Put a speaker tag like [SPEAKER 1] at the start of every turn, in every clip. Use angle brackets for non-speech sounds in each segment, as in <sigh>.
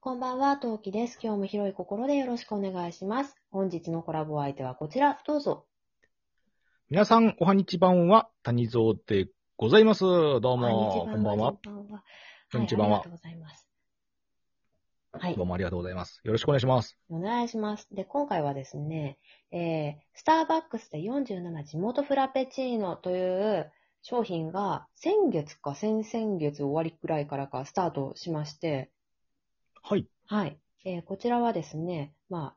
[SPEAKER 1] こんばんは、トウキです。今日も広い心でよろしくお願いします。本日のコラボ相手はこちら、どうぞ。
[SPEAKER 2] 皆さん、おはにちばんは、谷蔵でございます。どうも、
[SPEAKER 1] こ
[SPEAKER 2] こんばんは。。
[SPEAKER 1] こんばんは。
[SPEAKER 2] こんにち
[SPEAKER 1] は
[SPEAKER 2] は
[SPEAKER 1] い、ありがとうございます。はい
[SPEAKER 2] どう。もありがとうございます。よろしくお願いします。
[SPEAKER 1] お願いします。で、今回はですね、えー、スターバックスで47地元フラペチーノという商品が先月か先々月終わりくらいからかスタートしまして、
[SPEAKER 2] はい。
[SPEAKER 1] はい。えーこちらはですね、まあ、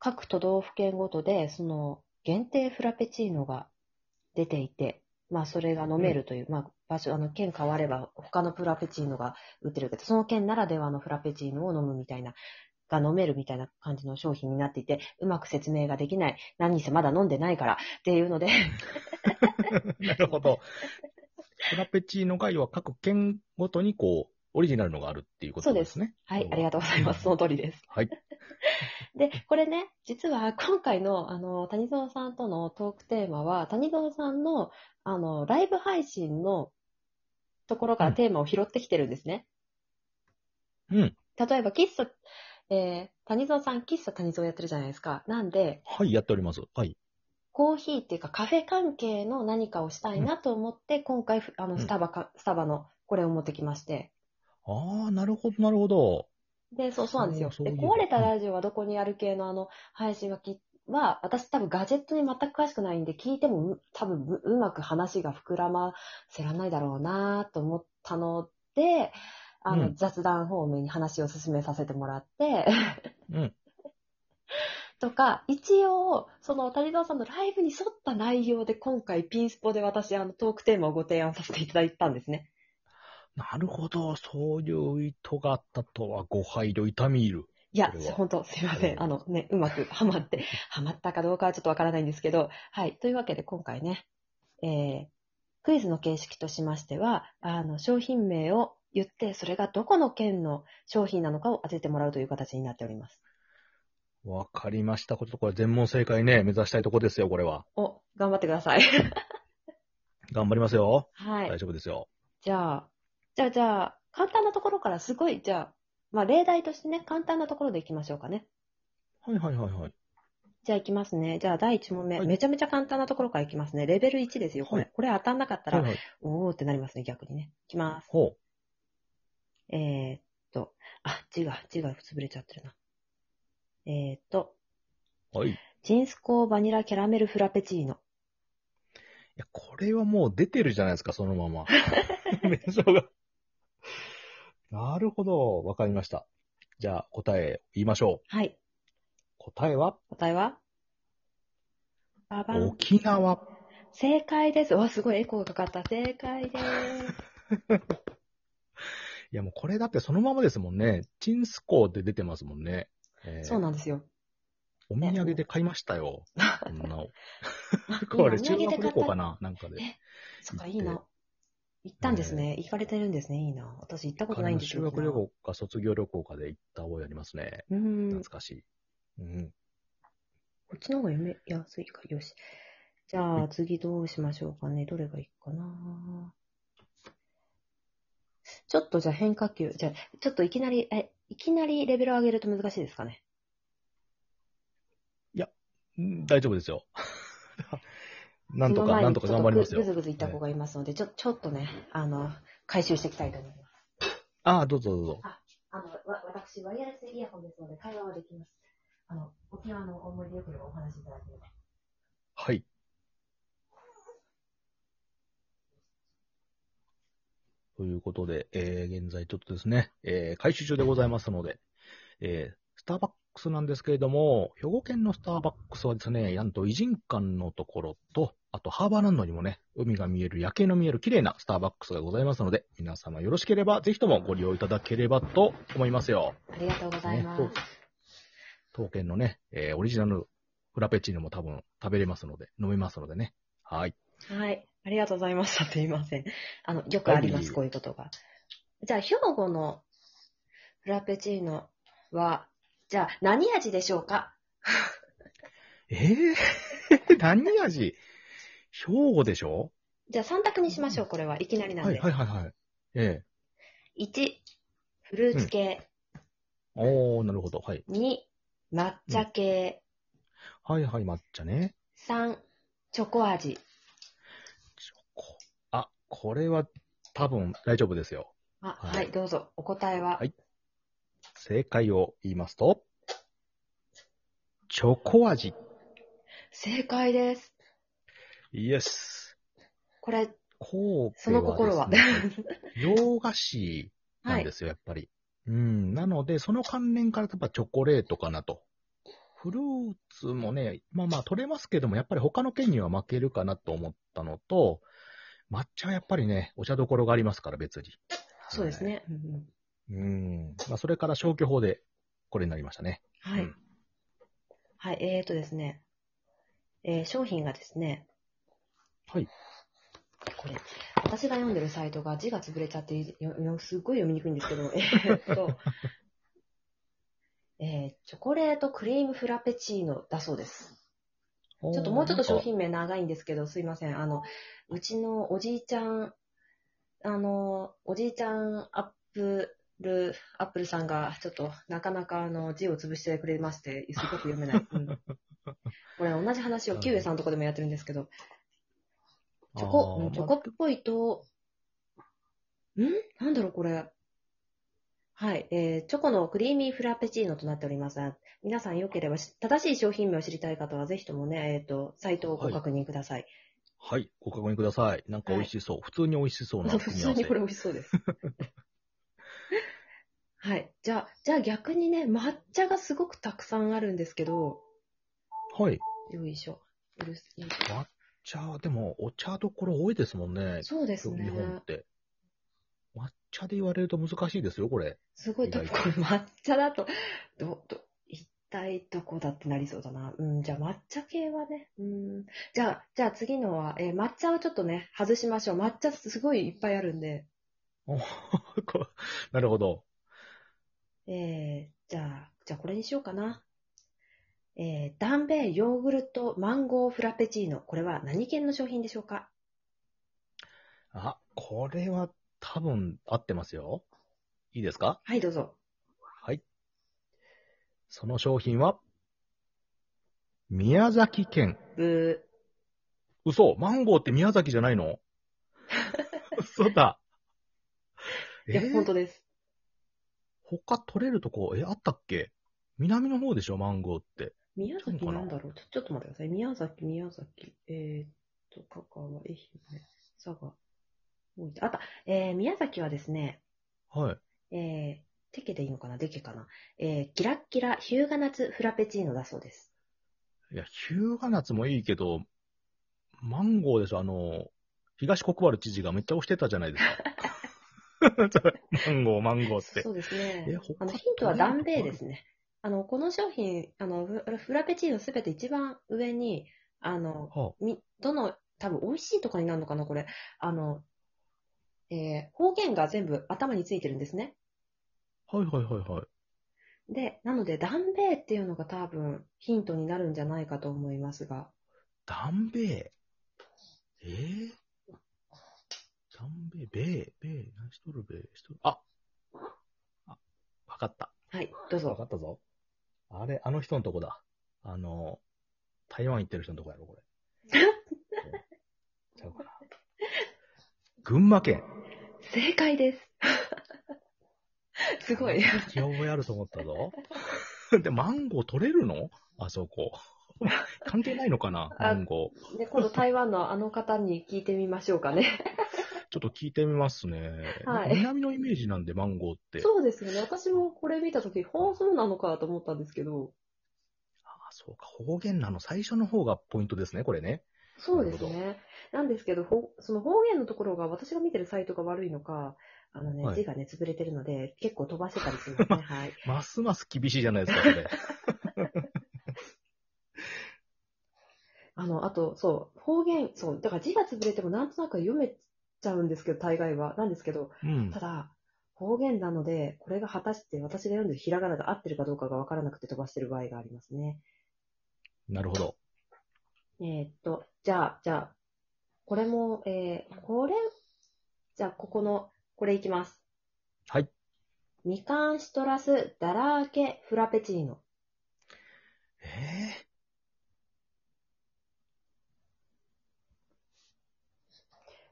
[SPEAKER 1] 各都道府県ごとで、その、限定フラペチーノが出ていて、まあ、それが飲めるという、まあ、場所、あの、県変われば、他のフラペチーノが売ってるけど、その県ならではのフラペチーノを飲むみたいな、が飲めるみたいな感じの商品になっていて、うまく説明ができない。何せまだ飲んでないから、っていうので、
[SPEAKER 2] <laughs> なるほど。フラペチーノが要は各県ごとに、こう、オリジナルのがあるっていうことですね。
[SPEAKER 1] は
[SPEAKER 2] う
[SPEAKER 1] い、
[SPEAKER 2] ん
[SPEAKER 1] ありがとうございます。その通りです。
[SPEAKER 2] はい。
[SPEAKER 1] <laughs> で、これね、実は今回の、あの、谷蔵さんとのトークテーマは、谷蔵さんの、あの、ライブ配信のところから
[SPEAKER 2] うん
[SPEAKER 1] テーマを拾ってきてるんですね。
[SPEAKER 2] うん。
[SPEAKER 1] 例えば、喫茶、えー、谷蔵さん、喫茶谷蔵やってるじゃないですか。なんで、
[SPEAKER 2] はい、やっております。はい。
[SPEAKER 1] コーヒーっていうかカフェ関係の何かをしたいなと思って、今回、あ
[SPEAKER 2] う
[SPEAKER 1] の、
[SPEAKER 2] ん
[SPEAKER 1] スタバか、スタバのこれを持ってきまして。
[SPEAKER 2] ああ、なるほど、なるほど。
[SPEAKER 1] で、そう、そうなんですよ。
[SPEAKER 2] そう
[SPEAKER 1] で、
[SPEAKER 2] そういう
[SPEAKER 1] 壊れたラジオはどこにある系のあの、配信はき、は、私多分ガジェットに全く詳しくないんで、聞いてもう多分ううまく話が膨らませらないだろうなと思ったので、あの、
[SPEAKER 2] うん
[SPEAKER 1] 雑談方面に話を進めさせてもらって、
[SPEAKER 2] うん。
[SPEAKER 1] <laughs> とか、一応、その、谷川さんのライブに沿った内容で、今回、ピンスポで私、あの、トークテーマをご提案させていただいたんですね。
[SPEAKER 2] なるほど、そういう意図があったとは、ご配慮、痛み入る。
[SPEAKER 1] いや
[SPEAKER 2] それ、は
[SPEAKER 1] 本当すいません。
[SPEAKER 2] うん
[SPEAKER 1] あのね、うまくハマって、 <laughs> ハマったかどうかはちょっとわからないんですけど、はい。というわけで今回ね、えー、クイズの形式としましては、あの、商品名を言って、それがどこの県の商品なのかを当ててもらうという形になっております。
[SPEAKER 2] わかりました。これ、これ全問正解ね、目指したいとこですよ、これは。
[SPEAKER 1] お、頑張ってくださ
[SPEAKER 2] <laughs>
[SPEAKER 1] い。
[SPEAKER 2] 頑張りますよ。
[SPEAKER 1] はい
[SPEAKER 2] 大。丈夫ですよ。
[SPEAKER 1] じゃあ、じゃあじゃあ、簡単なところからすごい、じゃあ、まあ例題としてね、簡単なところでいきましょうかね。
[SPEAKER 2] はい、はい、はい、はい。
[SPEAKER 1] じゃあいきますね。じゃあ第1問目、
[SPEAKER 2] はい
[SPEAKER 1] めちゃめちゃ簡単なところからいきますね。レベル1ですよ、これ。
[SPEAKER 2] は
[SPEAKER 1] これ当たんなかった
[SPEAKER 2] は
[SPEAKER 1] ら
[SPEAKER 2] い、、はい。
[SPEAKER 1] おーってなりますね、逆にね。いきます。
[SPEAKER 2] ほう。
[SPEAKER 1] えー、っと、あ、字が、字が潰れちゃってるな。えー、っと、
[SPEAKER 2] はい。い
[SPEAKER 1] ジンスコーバニラキャラメルフラペチーノ。
[SPEAKER 2] や、これはもう出てるじゃないですか、そのま <laughs> ま。名称が。なるほど。わかりました。じゃあ、答え言いましょう。
[SPEAKER 1] はい。
[SPEAKER 2] 答えは、
[SPEAKER 1] 答えはババン。
[SPEAKER 2] 沖縄。
[SPEAKER 1] 正解です。わ、すごいエコーがかかった。正解です。
[SPEAKER 2] いや、もうこれだってそのままですもんね。チンスコーって出てますもんね。えー
[SPEAKER 1] そうなんですよ。
[SPEAKER 2] お土産で買いまし
[SPEAKER 1] <laughs>
[SPEAKER 2] たよ。こんなのこ
[SPEAKER 1] 今
[SPEAKER 2] れ、
[SPEAKER 1] お土
[SPEAKER 2] 中
[SPEAKER 1] 産で買っ
[SPEAKER 2] 学
[SPEAKER 1] た
[SPEAKER 2] 旅行かななんかで。
[SPEAKER 1] えそっか、い
[SPEAKER 2] 行って
[SPEAKER 1] いな。行ったんですね。行かれてるんですね。いいな。私行ったことないんです
[SPEAKER 2] 修
[SPEAKER 1] よ。
[SPEAKER 2] 学旅行か卒業旅行かで行った覚えありますね。
[SPEAKER 1] 沖縄うん。
[SPEAKER 2] 懐
[SPEAKER 1] こ
[SPEAKER 2] かしい。うん。
[SPEAKER 1] っちの方が読めやすいか。よし。じゃあ、次どうしましょうかね。どれがいいかな。ちょっとじゃあ変化球。じゃあ、ちょっといきなり、え、いきなりレベル上げると難しいですかね。
[SPEAKER 2] うん大丈
[SPEAKER 1] <laughs>
[SPEAKER 2] 夫ですよ。なんと
[SPEAKER 1] その
[SPEAKER 2] か、
[SPEAKER 1] 前に
[SPEAKER 2] なんとか頑張ります
[SPEAKER 1] ちょっ
[SPEAKER 2] よ。
[SPEAKER 1] とぐぐずぐずいった子がいますので、ちょ、ちょっとね、あの、回収していきたいと思います。
[SPEAKER 2] ああ、どうぞどうぞ。
[SPEAKER 1] あの、わ私、ワイヤレスイヤホンですので、会話はできます。あの、沖縄の思い出よくお話しいただければ。
[SPEAKER 2] はい。ということで、えー現在ちょっとですね、えー、回収中でございますので、えースターバックスなんですけれども、兵庫県のスターバックスはですね、なんと偉人館のところと、あとハーバーランドにもね、海が見える、夜景の見える綺麗なスターバックスがございますので、皆様よろしければ、ぜひともご利用いただければと思いますよ。
[SPEAKER 1] ありがとうございます。
[SPEAKER 2] ね当県のね、えーオリジナルフラペチーノも多分食べれますので、飲めますのでね。はい。
[SPEAKER 1] はい。ありがとうございました。すいません。あの、よくありま
[SPEAKER 2] はい
[SPEAKER 1] す、こういうことが。じゃあ、兵庫のフラペチーノは、じゃあ、何味でしょうか
[SPEAKER 2] ええ <laughs> 何味兵庫でしょ
[SPEAKER 1] じゃあ、3択にしましょう、これは。いきなりなん
[SPEAKER 2] はい
[SPEAKER 1] で。
[SPEAKER 2] はいはいはい。ええ
[SPEAKER 1] 1、フルーツ系。
[SPEAKER 2] おー、なるほど。はい。
[SPEAKER 1] 2、抹茶系。
[SPEAKER 2] はいはい、抹茶ね。
[SPEAKER 1] 3、チョコ味。
[SPEAKER 2] チョコ。あ、これは多分大丈夫ですよ。
[SPEAKER 1] あ、
[SPEAKER 2] はい
[SPEAKER 1] はい、どうぞ。お答えは、
[SPEAKER 2] はい正解を言いますと、チョコ味。
[SPEAKER 1] 正解です。
[SPEAKER 2] イエス。
[SPEAKER 1] これ、
[SPEAKER 2] こう、
[SPEAKER 1] その心は。
[SPEAKER 2] 洋菓子
[SPEAKER 1] は
[SPEAKER 2] なん
[SPEAKER 1] い
[SPEAKER 2] で。すよ、やっぱり。うん。なので、その関連から、やっぱチョコレートかなと。フルーツもね、まあまあ取れますけども、やっぱり他の県には負けるかなと思ったのと、抹茶はやっぱりね、お茶どころがありますから、別に。
[SPEAKER 1] そうですね。うんうん
[SPEAKER 2] うん。まあ、それから消去法で、これになりましたね。
[SPEAKER 1] は
[SPEAKER 2] う
[SPEAKER 1] い
[SPEAKER 2] ん。
[SPEAKER 1] はい、えーとですね。えー商品がですね。
[SPEAKER 2] はい。
[SPEAKER 1] これ、私が読んでるサイトが字が潰れちゃって、よよすっごい読みにくいんですけど、え <laughs> ーっと、
[SPEAKER 2] <laughs>
[SPEAKER 1] えーチョコレートクリームフラペチーノだそうです。
[SPEAKER 2] ちょ
[SPEAKER 1] ちょっともうちょっと商品名長いんですけど、すいません。あの、うちのおじいちゃん、あの、おじいちゃんアップル、アップルさんが、ちょっとなかなかあの字を潰してくれまして、すごく読めない。うん、これ同じ話をキウエさんのとこでもやってるんですけど、チョコ、うんチョコっぽいと、んなんだろうこれ。はい、えー、チョコのクリーミーフラペチーノとなっております。皆さんよければし、正しい商品名を知りたい方は、ぜひともね、えっ、と、サイトをご確認ください。
[SPEAKER 2] はい、ご確認ください。なんか美味しそう。普通に美味しそう
[SPEAKER 1] <laughs>
[SPEAKER 2] な
[SPEAKER 1] そう普
[SPEAKER 2] 組み合
[SPEAKER 1] 通
[SPEAKER 2] わせ。
[SPEAKER 1] にこれ美味しそうです。はい。じゃあ、じゃあ逆にね、抹茶がすごくたくさんあるんですけど、
[SPEAKER 2] はい。
[SPEAKER 1] よいしょ。うるすよいし
[SPEAKER 2] 抹茶、でもお茶どころ多いですもんね
[SPEAKER 1] ょ。そうです
[SPEAKER 2] 日本
[SPEAKER 1] ね
[SPEAKER 2] っ。て。抹茶で言われると難しいですよ、これ。 <laughs>
[SPEAKER 1] すごい、多分これ抹茶だと、ど、ど、一体どこだってなりそうだな。うん、じゃあ抹茶系はね、うん。じゃあ、じゃあ次のは、えー抹茶をちょっとね、外しましょう。抹茶すごいいっぱいあるんで、
[SPEAKER 2] おこなるほど。
[SPEAKER 1] えー、じゃあ、じゃあこれにしようかな。えー、ダンベイヨーグルトマンゴーフラペチーノ。これは何県の商品でしょうか
[SPEAKER 2] あ、これは多分合ってますよ。いいですか
[SPEAKER 1] はい、どうぞ。
[SPEAKER 2] はい。その商品は、宮崎県。
[SPEAKER 1] ブ
[SPEAKER 2] 嘘マンゴーって宮崎じゃな
[SPEAKER 1] <laughs>
[SPEAKER 2] いの嘘だ。
[SPEAKER 1] ー。いや、
[SPEAKER 2] えー
[SPEAKER 1] 本当です。
[SPEAKER 2] 他取れるとこ、え、あったっけ南の方でしょ、マンゴーって。
[SPEAKER 1] 宮
[SPEAKER 2] そう
[SPEAKER 1] 崎
[SPEAKER 2] かな
[SPEAKER 1] なんだろうちょちょっと待ってください。宮崎、宮崎。えー、っと、香川、愛媛、佐賀、大分。あった。えー、宮崎はですね、
[SPEAKER 2] はい。
[SPEAKER 1] えー、テケでいいのかなデケかなえー、キラッキラヒューガナツフラペチーノだそうです。
[SPEAKER 2] いや、日向夏もいいけど、マンゴーでしょ、あの、東国原知事がめっちゃ推してたじゃないですか。
[SPEAKER 1] <laughs>
[SPEAKER 2] それマンゴー、マンゴーって
[SPEAKER 1] そ。うですね。
[SPEAKER 2] え、他
[SPEAKER 1] あのヒントはダンベイです
[SPEAKER 2] ね。
[SPEAKER 1] ね。あの、この商品、あの、フフラペチーノすべて一番上に、あの、
[SPEAKER 2] は
[SPEAKER 1] み、どの、多分美味しいとかになるのかな、これ。あの、えー方言が全部頭についてるんですね。
[SPEAKER 2] あはいはいはいはい。
[SPEAKER 1] で、なので、ダンベイっていうのが多分ヒントになるんじゃないかと思いますが。
[SPEAKER 2] ダンベイ。えー、ダンベイ、ベイ、ベイ、何しとるベイ、しとる。ああ、わかった。
[SPEAKER 1] はい、どう
[SPEAKER 2] わ
[SPEAKER 1] ぞ。
[SPEAKER 2] かったぞ。あれ、あの人のとこだ。あの、台湾行ってる人のとこやろ、こ
[SPEAKER 1] <laughs>
[SPEAKER 2] れ。ちゃうかな。群馬県。
[SPEAKER 1] 正解
[SPEAKER 2] <laughs>
[SPEAKER 1] です。すごい。
[SPEAKER 2] 気覚えあると思ったぞ。 <laughs> で、マンゴー取れるのあそこ。 <laughs> 関係ないのかなマ
[SPEAKER 1] あ
[SPEAKER 2] ンゴー。
[SPEAKER 1] で、今度台湾のあの方に聞いてみましょうかね。
[SPEAKER 2] ちょっと聞いてみますね。
[SPEAKER 1] はい
[SPEAKER 2] 南のイメージなんで、マンゴーって。
[SPEAKER 1] そうですよね。私もこれ見たとき、ほう、そうなのかと思ったんですけど。
[SPEAKER 2] あ、そうか。方言なの。最初の方がポイントですね、これね。
[SPEAKER 1] そうです
[SPEAKER 2] な
[SPEAKER 1] ね。なんですけど、ほその方言のところが私が見てるサイトが悪いのか、あのね、
[SPEAKER 2] はい
[SPEAKER 1] 字がね、潰れてるので、結構飛ばしてたりする
[SPEAKER 2] <laughs>
[SPEAKER 1] んですね。はい。
[SPEAKER 2] ますます厳しいじゃないですか、
[SPEAKER 1] <laughs>
[SPEAKER 2] それ。
[SPEAKER 1] あの、あと、そう、方言、そう、だから字が潰れてもなんとなく読めちゃうんですけど、大概は。なんですけど、
[SPEAKER 2] うん
[SPEAKER 1] た。だ、方言なので、これが果たして私が読んでるひらがなが合ってるかどうかがわからなくて飛ばしてる場合がありますね。
[SPEAKER 2] なるほど。
[SPEAKER 1] えーっと、じゃあ、じゃあ、これも、えー、これ、じゃあ、ここの、これいきます。
[SPEAKER 2] はい。
[SPEAKER 1] みかんシトラスだらーけフラペチーノ。
[SPEAKER 2] え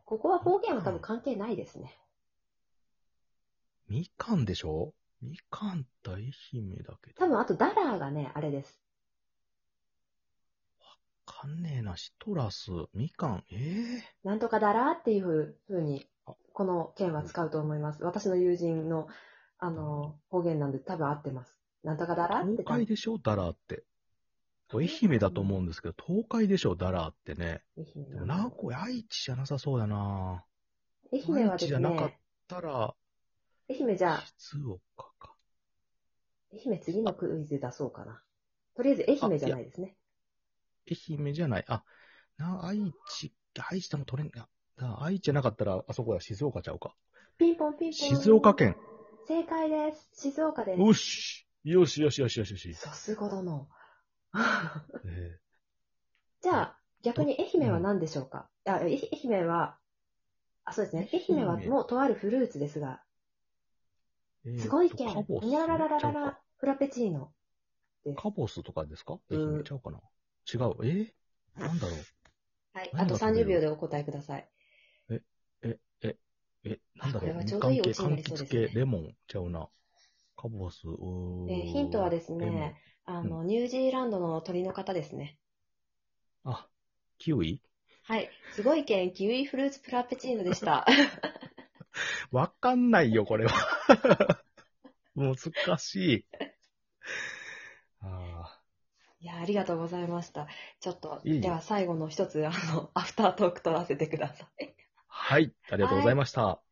[SPEAKER 1] ここは方言は多分関係ないですね。
[SPEAKER 2] ー、みかんでしょみかんって愛媛だけど。
[SPEAKER 1] 多分
[SPEAKER 2] わ
[SPEAKER 1] あとダラーがね、あれです。
[SPEAKER 2] かんねえな。シトラス、みかん。ええ
[SPEAKER 1] なんとかだらーっていう風に、この件は使うと思います。私の友人の、あの、方言なんで多分合ってます。なんとかだらーって
[SPEAKER 2] 東
[SPEAKER 1] 多分
[SPEAKER 2] 海でしょダラーって。愛媛だと思うんですけど、東海でしょダラーってね。
[SPEAKER 1] 愛媛
[SPEAKER 2] でも
[SPEAKER 1] な
[SPEAKER 2] 名
[SPEAKER 1] の
[SPEAKER 2] 古屋、愛知じゃなさそうだな。
[SPEAKER 1] 愛媛は
[SPEAKER 2] 愛知
[SPEAKER 1] で
[SPEAKER 2] じ
[SPEAKER 1] す
[SPEAKER 2] ゃなかっ
[SPEAKER 1] ね、
[SPEAKER 2] たら、
[SPEAKER 1] 愛媛じゃあ、
[SPEAKER 2] 静岡か。
[SPEAKER 1] 愛媛次のクイズ出そうかな。とりあえず愛媛じゃないですね。
[SPEAKER 2] 愛媛じゃない。あ、な、愛知、愛知でも取れん、あ、な愛知じゃなかったら、あそこだ、静岡ちゃうか。
[SPEAKER 1] ピンポンピンポン。
[SPEAKER 2] 静岡。県。
[SPEAKER 1] 正解です。静岡で
[SPEAKER 2] よしよしよしよしよしよし
[SPEAKER 1] す。。さすがだな。 <laughs>
[SPEAKER 2] え
[SPEAKER 1] じゃあ、逆に愛媛は何でしょうか、あ愛愛媛は、あ、そうですね。愛媛は
[SPEAKER 2] 愛媛
[SPEAKER 1] もうとあるフルーツですが、
[SPEAKER 2] ーえー
[SPEAKER 1] すごい県
[SPEAKER 2] カボ。ス。
[SPEAKER 1] にゃらららら
[SPEAKER 2] ちゃう
[SPEAKER 1] ら、フラペチーノ。
[SPEAKER 2] かカボスとかですか
[SPEAKER 1] う
[SPEAKER 2] 愛
[SPEAKER 1] ん
[SPEAKER 2] 媛ちゃうかな違う。えーなんだろう
[SPEAKER 1] はい。あ
[SPEAKER 2] 何
[SPEAKER 1] と
[SPEAKER 2] だそれ
[SPEAKER 1] 30秒でお答えください。
[SPEAKER 2] え、なんだ
[SPEAKER 1] これ
[SPEAKER 2] ろう
[SPEAKER 1] は
[SPEAKER 2] み
[SPEAKER 1] ちょう
[SPEAKER 2] か
[SPEAKER 1] どい
[SPEAKER 2] ん
[SPEAKER 1] い
[SPEAKER 2] 系、
[SPEAKER 1] オチに
[SPEAKER 2] 柑
[SPEAKER 1] なりそうで
[SPEAKER 2] 橘
[SPEAKER 1] すね
[SPEAKER 2] 系、レモンちゃうな。カボス、う
[SPEAKER 1] えー
[SPEAKER 2] ー
[SPEAKER 1] ヒントはです
[SPEAKER 2] レモン
[SPEAKER 1] ね、あの、ニュージーランドの鳥の方ですね。
[SPEAKER 2] あ、キウイ
[SPEAKER 1] はい。すごい県、キウイフルーツフラペチーノで
[SPEAKER 2] <laughs>
[SPEAKER 1] した。
[SPEAKER 2] わかんないよ、これは。 <laughs> 難しい。あ
[SPEAKER 1] いや、ありがとうございました。ちょっと、
[SPEAKER 2] いえいえ
[SPEAKER 1] では最後の一つ、あの、アフタートーク取らせてください。
[SPEAKER 2] ーはい、ありがとうございました。